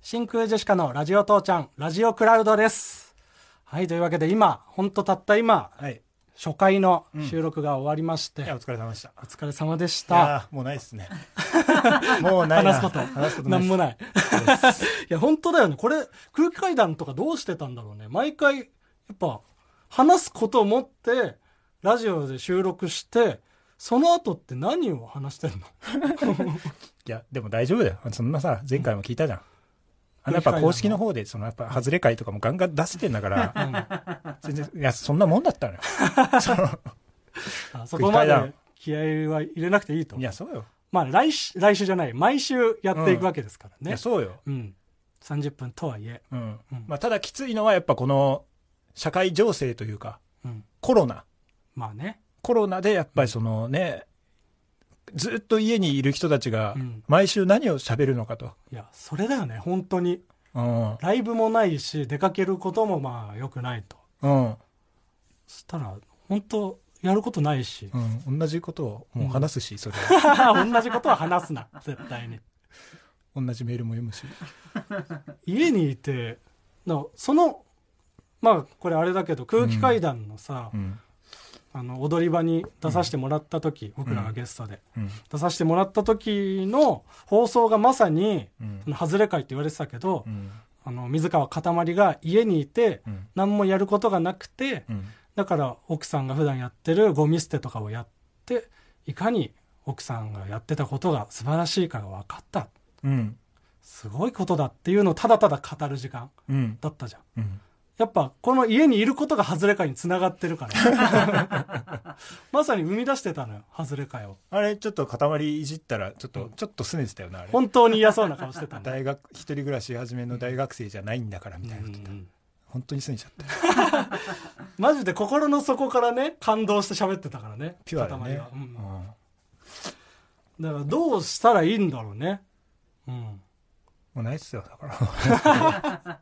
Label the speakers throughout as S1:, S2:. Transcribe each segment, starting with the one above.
S1: 真空ジェシカのラジオ父ちゃん、ラジオクラウドです。はい、というわけで今、ほんとたった今、
S2: はい。
S1: 初回の収録が終わりまして、
S2: いや、お疲れ様でした。
S1: お疲れ様でし
S2: い
S1: た。
S2: やーもうないで すね。もうないな。
S1: 話すこと、
S2: 話すこと
S1: な
S2: ない
S1: ん
S2: です
S1: もない。 いや、本当だよね。これ、空気階段とかどうしてたんだろうね。毎回、やっぱ、話すことを持って、ラジオで収録して、その後って何を話してん の
S2: いや、でも大丈夫だよ。そんなさ、前回も聞いたじゃん。あのやっぱ公式の方で、そのやっぱ、外れ会とかもガンガン出してんだから、全然、いや、そんなもんだったのよ。
S1: あそこま
S2: 空気階
S1: で
S2: 段
S1: 気合は入れなくていいと
S2: い。や、そうよ。
S1: まあ、来週、来週じゃない。毎週やっていくわけですから
S2: い
S1: ね
S2: や、。そうよ。
S1: うん。30分とはいえ。
S2: うん
S1: うん。
S2: まあ、ただきついのはやっぱこの、社会情勢というか、
S1: うん。
S2: コロナ。
S1: まあね。
S2: コロナでやっぱりそのね、ずっと家にいる人たちが
S1: うん、
S2: 毎週何を喋るのかと。
S1: いや、それだよね。本当に。
S2: うん。
S1: ライブもないし、出かけることもまあ、良くないと。
S2: うん。
S1: そしたら、本当やることないし。
S2: うん、同じことをもう話すし、それ
S1: 同じことは話すな絶対に
S2: 同じメールも読むし。
S1: 家にいてなそのまあこれあれだけど空気階段のさ、
S2: うん。
S1: あの踊り場に出させてもらった時、僕らがゲストで
S2: うん。
S1: 出させてもらった時の放送がまさに
S2: うん
S1: 「ハズれ会」って言われてたけど、
S2: うん。
S1: あの水川かたまりが家にいて
S2: うん。
S1: 何もやることがなくて、
S2: うん。
S1: だから奥さんが普段やってるゴミ捨てとかをやっていかに奥さんがやってたことが素晴らしいかが分かった
S2: うん。
S1: すごいことだっていうのをただただ語る時間
S2: うん。
S1: だったじゃん。
S2: うん。
S1: やっぱこの家にいることがハズレ会につながってるから。 まさに生み出してたのよ、ハズレ会を。
S2: あれ、ちょっと塊いじったら、ちょっと、ちょっと拗ねてたよな、あれ。
S1: 本当に嫌そうな顔 してたんだ。
S2: 大学、一人暮らし始めの大学生じゃないんだから、
S1: う
S2: み
S1: んう
S2: たいなこと。
S1: ん
S2: 本当に拗ねちゃった。
S1: マジで心の底からね、感動して喋ってたからね。
S2: ピュアだ
S1: 塊
S2: ね
S1: は。うん
S2: うん
S1: だからどうしたらいいんだろうね。うん。
S2: もうないっすよ、だから。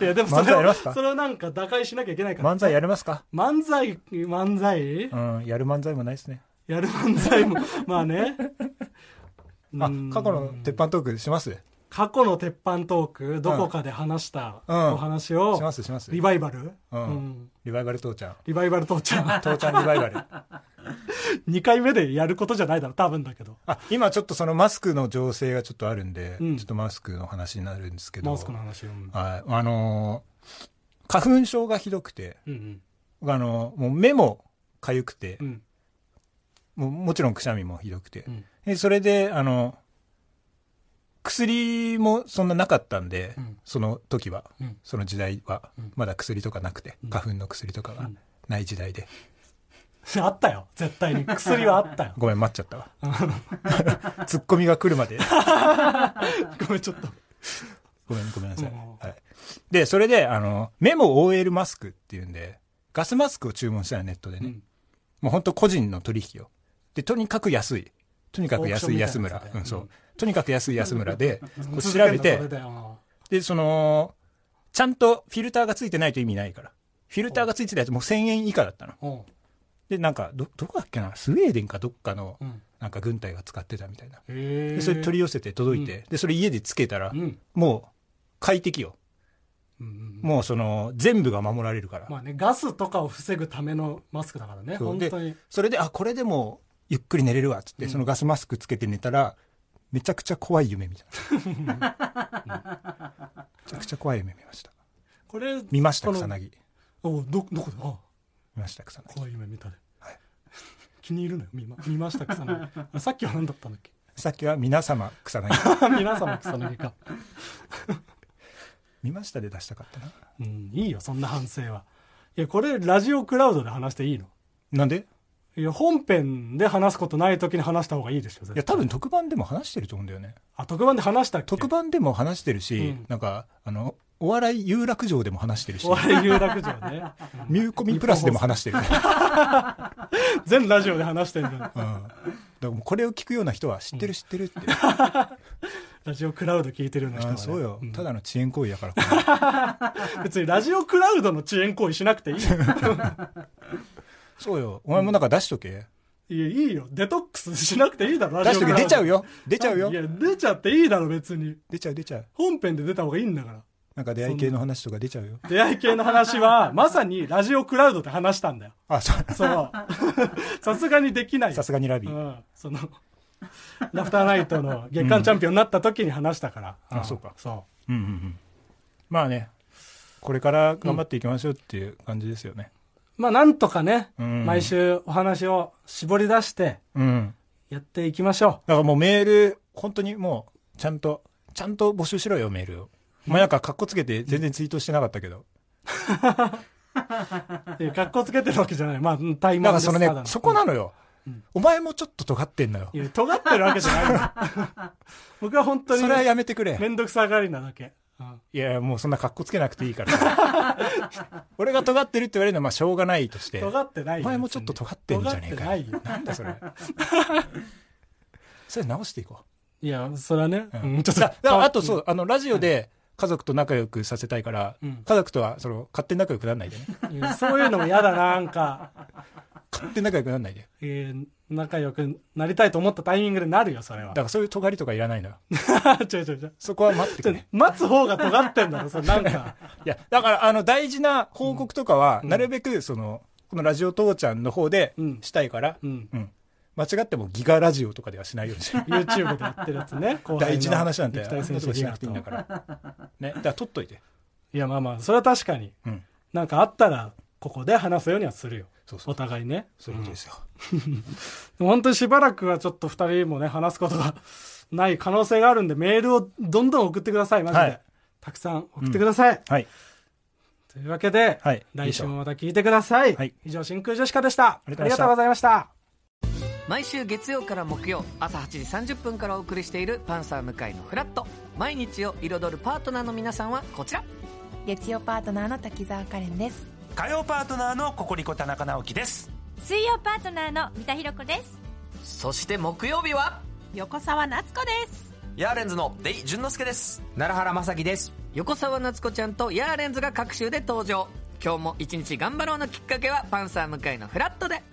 S1: いや、でもそ
S2: 漫才や
S1: れを、
S2: りますか
S1: それをなんか打開しなきゃいけないから。
S2: 漫才やれますか
S1: 漫才、漫才
S2: うん、やる漫才もないっすね。
S1: やる漫才 も、まあね。
S2: あ、過
S1: うん
S2: 去の鉄板トークしますし
S1: 過去の鉄板トークどこかで話した
S2: うん
S1: お話を、
S2: ますします。
S1: リ
S2: リ
S1: バイバル、
S2: う
S1: う
S2: ん
S1: ん
S2: バイバル父ちゃん。
S1: リバイバル父ちゃ ん
S2: 父ちゃんリバイバル。
S1: 2回目でやることじゃないだろ多分だけど
S2: あ、今ちょっとそのマスクの情勢がちょっとあるんで、
S1: うん
S2: ちょっとマスクの話になるんですけど。
S1: マスクの話うん
S2: はい。あのー花粉症がひどくて、
S1: うんうん
S2: あのーもう目も痒くて、
S1: うん
S2: もうもちろんくしゃみもひどくて。
S1: うん
S2: でそれで、あの、薬もそんななかったんで、
S1: うん
S2: その時は、
S1: うん
S2: その時代は、
S1: うん
S2: まだ薬とかなくて、
S1: うん
S2: 花粉の薬とか
S1: う
S2: が
S1: ん
S2: ない時代で。
S1: あったよ絶対に薬はあった よ
S2: ごめん、待っちゃった わ。ツッコミが来るまで。
S1: ごめんちょっと
S2: ごめん、ごめんなさい。
S1: うん
S2: はい。で、それで、あの、メモ OL マスクっていうんで、ガスマスクを注文したのネットでね。
S1: うん
S2: もう本当個人の取引を。で、とにかく安い。とにかく安い安
S1: オー
S2: 村
S1: クションみたいなやつ。で。
S2: うん、そううんとにかく安い安 村で、こう
S1: 続
S2: 調
S1: けんだ
S2: べ
S1: それ
S2: て、
S1: でうん
S2: で、その、ちゃんとフィルターがついてないと意味ないから。フィルターがついてたやつもう1000円以下だったの。
S1: うん
S2: で、なんか、ど、どこだっけなスウェーデンかどっかの
S1: う、ん
S2: なんか軍隊が使ってたみたいな。
S1: へ
S2: で、
S1: え
S2: それ取り寄せて届いて、で、それ家でつけたら
S1: う、ん
S2: もう、快適よ。
S1: うんうん
S2: もうその、全部が守られるから。
S1: まあねガスとかを防ぐためのマスクだからね
S2: そう
S1: 本
S2: で
S1: 当に
S2: それで、あ、これでもう、ゆっくり寝れるわ、つって、そのガスマスクつけて寝たら、めちゃくちゃ怖い夢みたいな。めちゃくちゃ怖い夢見ました。
S1: これ
S2: 見ました、
S1: この
S2: 草薙。
S1: おどどこだあ
S2: 見ました、草薙。
S1: 怖い夢見たで、
S2: はい
S1: 気に入るのよ見ま 見ました草薙あ れさっきは何だったんだっけ
S2: さっきは皆様、草薙。
S1: 皆様草薙か、
S2: 見ましたで出したかったな。
S1: うん、いいよそんな反省はいやこれラジオクラウドで話していいの
S2: なんで
S1: いや本編で話すことない時に話した方がいいでしょ絶
S2: いや、多分特番でも話してると思うんだよね。
S1: あ特番で話したっけ
S2: 特番でも話してるし、
S1: うん
S2: なんか、あの、お笑い有楽町でも話してるし
S1: お、笑い有楽町ね、うん
S2: ミューコミプラスでも話してる。
S1: 全ラジオで話してるの
S2: うん。だからもうこれを聞くような人は知ってる知ってるって。
S1: ラジオクラウド聞いてるような人は、
S2: あ
S1: ね、
S2: そうよ、
S1: ん
S2: ただの遅延行為だからこれ
S1: 別にラジオクラウドの遅延行為しなくていいよ
S2: そうよお前もなんか出しとけ、
S1: いや、いいよ。デトックスしなくていいだろ、
S2: 出しとけ、出ちゃう
S1: よ。
S2: よ。出ちゃうよ
S1: い。や、出ちゃっていいだろ、別に。
S2: 出ちゃう、出ちゃう。
S1: 本編で出た方がいいんだから。
S2: なんか出会い系の話とか出ちゃうよ。
S1: 出会い系の話 は、まさにラジオクラウドで話したんだよ。
S2: あ、そう。
S1: その、さすがにできないよ
S2: さすがにラビ
S1: う
S2: ー。
S1: ん、その、ラフターナイトの月間チャンピオンになった時に話したから。
S2: うんあそうか
S1: そ
S2: うんうんうん。まあね、これから頑張っていきましょうっていう感じですよね。
S1: う。まあ、なんとかね、
S2: うん
S1: 毎。週お話を絞り出して
S2: うん。
S1: やっていきましょ
S2: だからもうメール、本当にもう、ちゃんと、ちゃんと募集しろよ、メールを。まあなんか、かっこつけて全然ツイートしてなかったけど。
S1: う。っていう格好つけてるわけじゃない。まあ、タイ
S2: だ
S1: マーで
S2: から
S1: す
S2: そのね
S1: ただ、の
S2: そこなのよ
S1: うん。
S2: お前もちょっと尖ってんのよ
S1: い。や、尖ってるわけじゃないよ。 僕は本当に
S2: それはやめてく
S1: め
S2: れ。
S1: んどくさがりなだけ。うん
S2: いや、もうそんなかっこつけなくていいから。 俺が尖ってるって言われるのはまあしょうがないとして。
S1: 尖ってない
S2: お
S1: よ。
S2: 前もちょっと尖ってんじゃね
S1: 尖っ
S2: えか
S1: てないよ。
S2: なんだ それ。それ直していこ
S1: いや、それはね、
S2: う。
S1: うんちょっ
S2: あ
S1: と。。
S2: ああとそうう、あの、ラジオで家族と仲良くさせたいから、
S1: うん
S2: 家族とは、その、勝手に仲良くならないでね。
S1: いやそういうのも嫌だな、なんか。
S2: 勝手に仲良くならないで。
S1: えー仲良くなりたいと思ったタイミングでなるよ、それは
S2: だか。らそういう尖りとかいらないのよ。
S1: 違う違う違う。
S2: そこは待っ
S1: ち
S2: てく
S1: ょ
S2: れ。い
S1: 待つ方が尖ってんだろ、それなんか。
S2: や、だから、あの、大事な報告とかは、
S1: うん
S2: なるべく、その、このラジオ父ちゃんの方で
S1: うん
S2: したいから、
S1: うん。
S2: うん。間違ってもギガラジオとかではしないようにし
S1: YouTube でやってるやつね。 後輩の
S2: 大事な話なんて、
S1: 肉
S2: あんな
S1: 体選
S2: と
S1: 手
S2: こし
S1: ギ
S2: な
S1: ガと
S2: くていいんだから。 ね。だから取っといて。
S1: いや、まあまあ、それは確かに。
S2: うん。
S1: なんかあったら、ここで話すようにはするよ。
S2: そうそ
S1: お
S2: う。
S1: 互いね。
S2: そういうことですよ。
S1: うん本当にしばらくはちょっと二人もね、話すことがない可能性があるんで、メールをどんどん送ってください、マジで。
S2: はい
S1: たくさん送ってください。
S2: はい。
S1: というわけで、
S2: はい
S1: 来週もまた聞いてください。
S2: はい
S1: 以上、真空ジェシカでした。
S2: ありがとうございました
S1: ありがとうございました。
S3: 毎週月曜から木曜朝8時30分からお送りしている「パンサー向井のフラット」毎日を彩るパートナーの皆さんはこちら
S4: 月曜パートナーの滝沢カレンです
S5: 火曜パートナーのココリコ田中直樹です
S6: 水曜パートナーの三田寛子です
S3: そして木曜日は
S4: 横澤夏子です
S5: ヤーレンズのデイ淳之介です奈良原正樹です
S3: 横澤夏子ちゃんとヤーレンズが各週で登場今日も一日頑張ろうのきっかけは「パンサー向井のフラットで」